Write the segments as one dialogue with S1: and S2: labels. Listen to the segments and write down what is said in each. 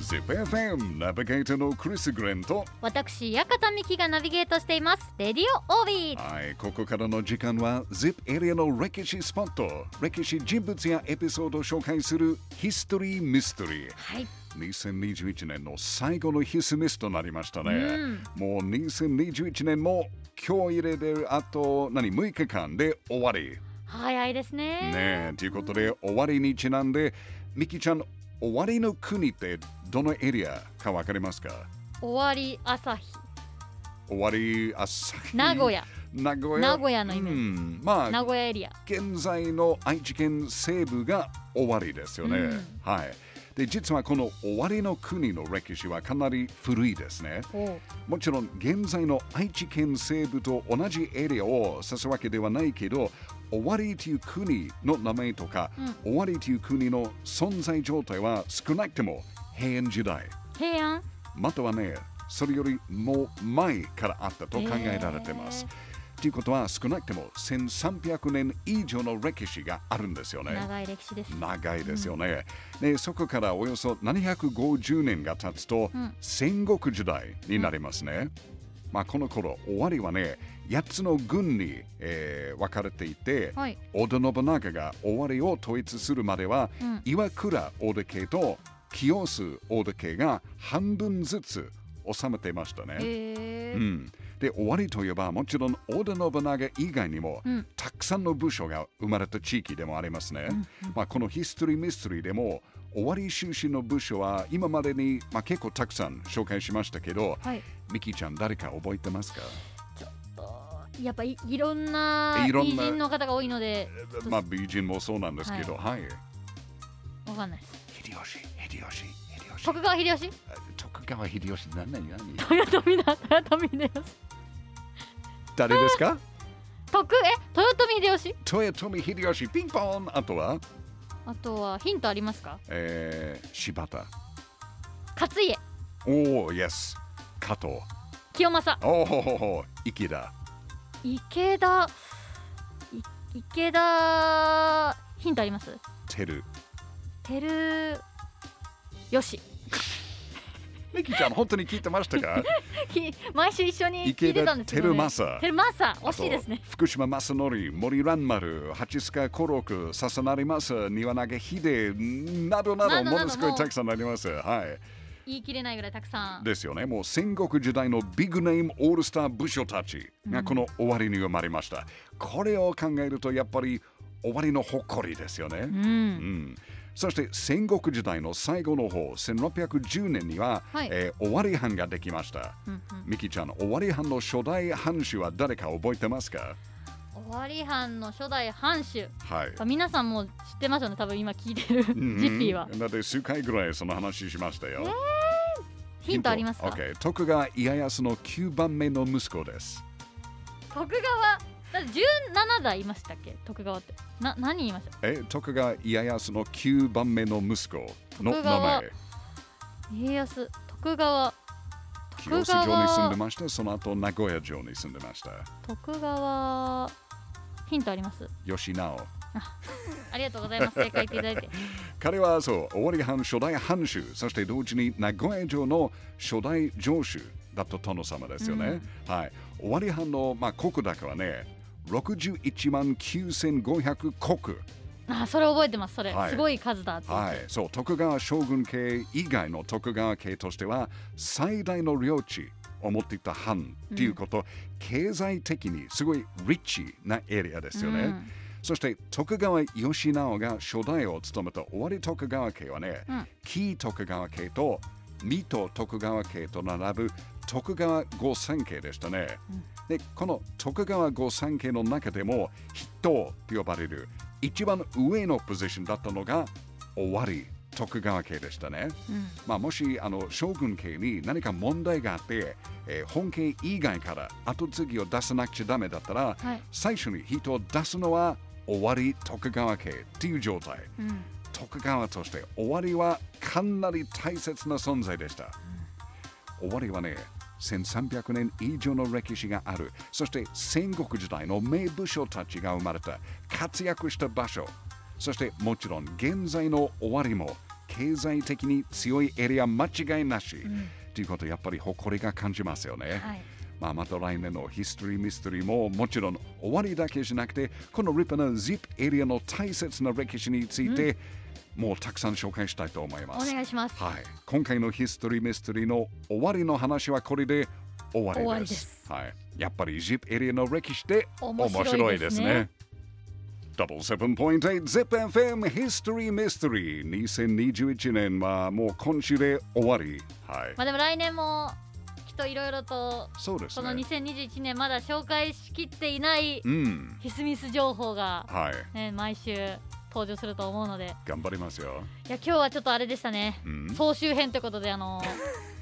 S1: ZIPFM ナビゲーターのクリス・グレンと
S2: 私屋形美希がナビゲートしていますレディオオービー
S1: はいここからの時間は ZIP エリアの歴史スポット歴史人物やエピソードを紹介するヒストリー・ミステリー
S2: はい
S1: 2021年の最後のヒスミスとなりましたね、
S2: うん
S1: もう2021年も今日入れであと何6日間で終わり
S2: 早いですね
S1: ねえ、ということで、終わりにちなんで、ミキちゃん、終わりの国ってどのエリアかわかりますか
S2: 終わり朝日
S1: 終わり朝日。
S2: 名古。屋
S1: 名古屋。
S2: 名古屋のイメージ
S1: うん、ま
S2: 名
S1: あ、
S2: 古屋エリア
S1: 現在の愛知県西部が終わりですよね。
S2: うん
S1: はい。で、実はこの終わりの国の歴史はかなり古いですね。
S2: おう
S1: もちろん現在の愛知県西部と同じエリアを指すわけではないけど終わりという国の名前とか、終わりという国の存在状態は少なくても平安時代
S2: 平安
S1: またはねそれよりも前からあったと考えられてます。ということは少なくても1300年以上の歴史があるんですよね。
S2: 長い歴史です
S1: 長いですよね、でそこからおよそ750年が経つと、戦国時代になりますね、まあこの頃終わりはね8つの軍に、えー分かれていて、
S2: はい
S1: 織田信長が終わりを統一するまでは、
S2: うん
S1: 岩倉織田家と清須織田家が半分ずつ治めてましたね、
S2: へえ
S1: うん、で終わりといえばもちろん織田信長以外にも、
S2: うん
S1: たくさんの部署が生まれた地域でもありますね、まあ、このヒストリーミステリーでも終わり出身の部署は今までに、まあ、結構たくさん紹介しましたけど、
S2: はい
S1: ミキちゃん誰か覚えてますか
S2: やっぱいいろんない
S1: ろんな
S2: 偉人の方が多いのでちょっと
S1: まあ美人もそうなんですけどはい、
S2: わかんないです
S1: 秀吉秀吉秀吉
S2: 徳川秀吉
S1: あ徳川秀吉何何何
S2: 豊臣だ豊臣秀吉
S1: 誰ですか
S2: 徳え豊臣秀吉
S1: 豊臣秀吉ピンポンあとは、
S2: あとはヒントありますか
S1: えー、柴田
S2: 勝家
S1: おおイエス加藤
S2: 清正
S1: おおほほほ池田
S2: 池田い池田ヒントあります
S1: てる
S2: てるよし
S1: ミキちゃん本当に聞いてましたか
S2: き 毎週一緒に聞
S1: 池
S2: いてた
S1: 田
S2: んです
S1: て
S2: けど、
S1: る
S2: ね、
S1: まさ
S2: てるまさ惜しいですね
S1: あと福島正則森蘭丸八塚五六笹成正庭投げ秀などな
S2: な
S1: ど
S2: どなど
S1: ものすごい
S2: もう
S1: たくさんありますはい
S2: 言い切れないぐらいたくさん
S1: ですよねもう戦国時代のビッグネームオールスター部署たちがこの終わりに生まれました、これを考えるとやっぱり終わりの誇りですよね、
S2: う
S1: うんんそして戦国時代の最後の方1610年には、
S2: はい
S1: えー尾張藩ができました
S2: うんうん
S1: ミキちゃん尾張藩の初代藩主は誰か覚えてますか
S2: 尾張藩の初代藩主や
S1: はい
S2: っぱ皆さんも知ってますよね多分今聞いてるジ
S1: うん
S2: ッピーは
S1: だって数回ぐらいその話しましたよ、
S2: ヒントありますか
S1: OK 徳川家康の9番目の息子です
S2: 徳川だって17代いましたっけ徳川ってな何人いました
S1: え徳川家康の9番目の息子の名
S2: 徳川
S1: 前
S2: 家康徳川
S1: 清
S2: 徳
S1: 須城に住んで
S2: 川
S1: ましたその後名古屋城に住んでました
S2: 徳川ヒントあります
S1: 吉直
S2: ありがとうござ います正解言っていただいて
S1: 彼はそう尾張藩初代藩主そして同時に名古屋城の初代城主だった殿様ですよね、はい尾張藩の、まあ、国高はね61万9500国
S2: あそれ覚えてますそれ、
S1: はい
S2: すごい数だって、
S1: はい、そう徳川将軍家以外の徳川家としては最大の領地を持っていた藩っていうこと、経済的にすごいリッチなエリアですよね。
S2: うん
S1: そして徳川義直が初代を務めた終わり徳川家はね、
S2: うん
S1: 紀伊徳川家と水戸徳川家と並ぶ徳川御三家でしたね。でこの徳川御三家の中でも筆頭と呼ばれる一番上のポジションだったのが終わり徳川家でしたね。
S2: うん
S1: まあ、もしあの将軍家に何か問題があって、えー本家以外から後継ぎを出さなくちゃダメだったら、
S2: はい
S1: 最初に人を出すのは終わり徳川家っていう状態。
S2: うん
S1: 徳川として終わりはかなり大切な存在でした。終わりはね、1300年以上の歴史がある、そして戦国時代の名武将たちが生まれた、活躍した場所、そしてもちろん現在の終わりも経済的に強いエリア間違いなし、
S2: うん
S1: ということやっぱり誇りが感じますよね。
S2: はい、
S1: まあ、また来年のヒストリーミステリーももちろん終わりだけじゃなくてこのリップな ZIP エリアの大切な歴史について、もうたくさん紹介したいと思い
S2: お
S1: ます。
S2: 願いします。
S1: はい、今回のヒストリーミステリーの終わりの話はこれで終わりです。
S2: 終わりです
S1: はい、やっぱり ZIP エリアの歴史で面
S2: 面
S1: 白
S2: 白
S1: い
S2: い
S1: で
S2: ですす
S1: ね
S2: ね。
S1: 77.8 ZIPFM History Mystery 2021年はもう今週で終わり。はい。
S2: まあでも来年もきっといろいろと
S1: そうです
S2: この
S1: ね。
S2: 2021年まだ紹介しきっていない
S1: うん。
S2: ヒスミス情報が、
S1: はい。
S2: ね、毎週登場すると思うのでい
S1: 頑張りますよ。
S2: や今日はちょっとあれでしたね
S1: うん、
S2: 総集編ということで あの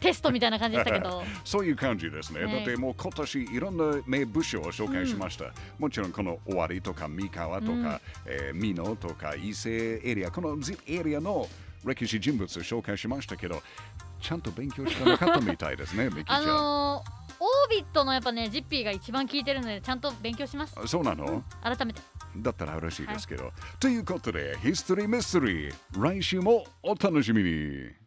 S2: テストみたいな感じでしたけど
S1: そう いう感じですね。
S2: ね
S1: だってもう今年いろんな名部署を紹介しました。もちろんこの終わりとか三河とか、
S2: うん
S1: えー美濃とか伊勢エリア、この ZIP エリアの歴史人物を紹介しましたけど、ちゃんと勉強してなかったみたいです ね、ミキちゃ
S2: あ
S1: ん。
S2: のーオービットのやっぱねジッピーが一番聞いてるのでちゃんと勉強します
S1: あそうなの
S2: 改めて
S1: だったら嬉しいですけど。ということで、ヒストリーミステリー、来週もお楽しみに。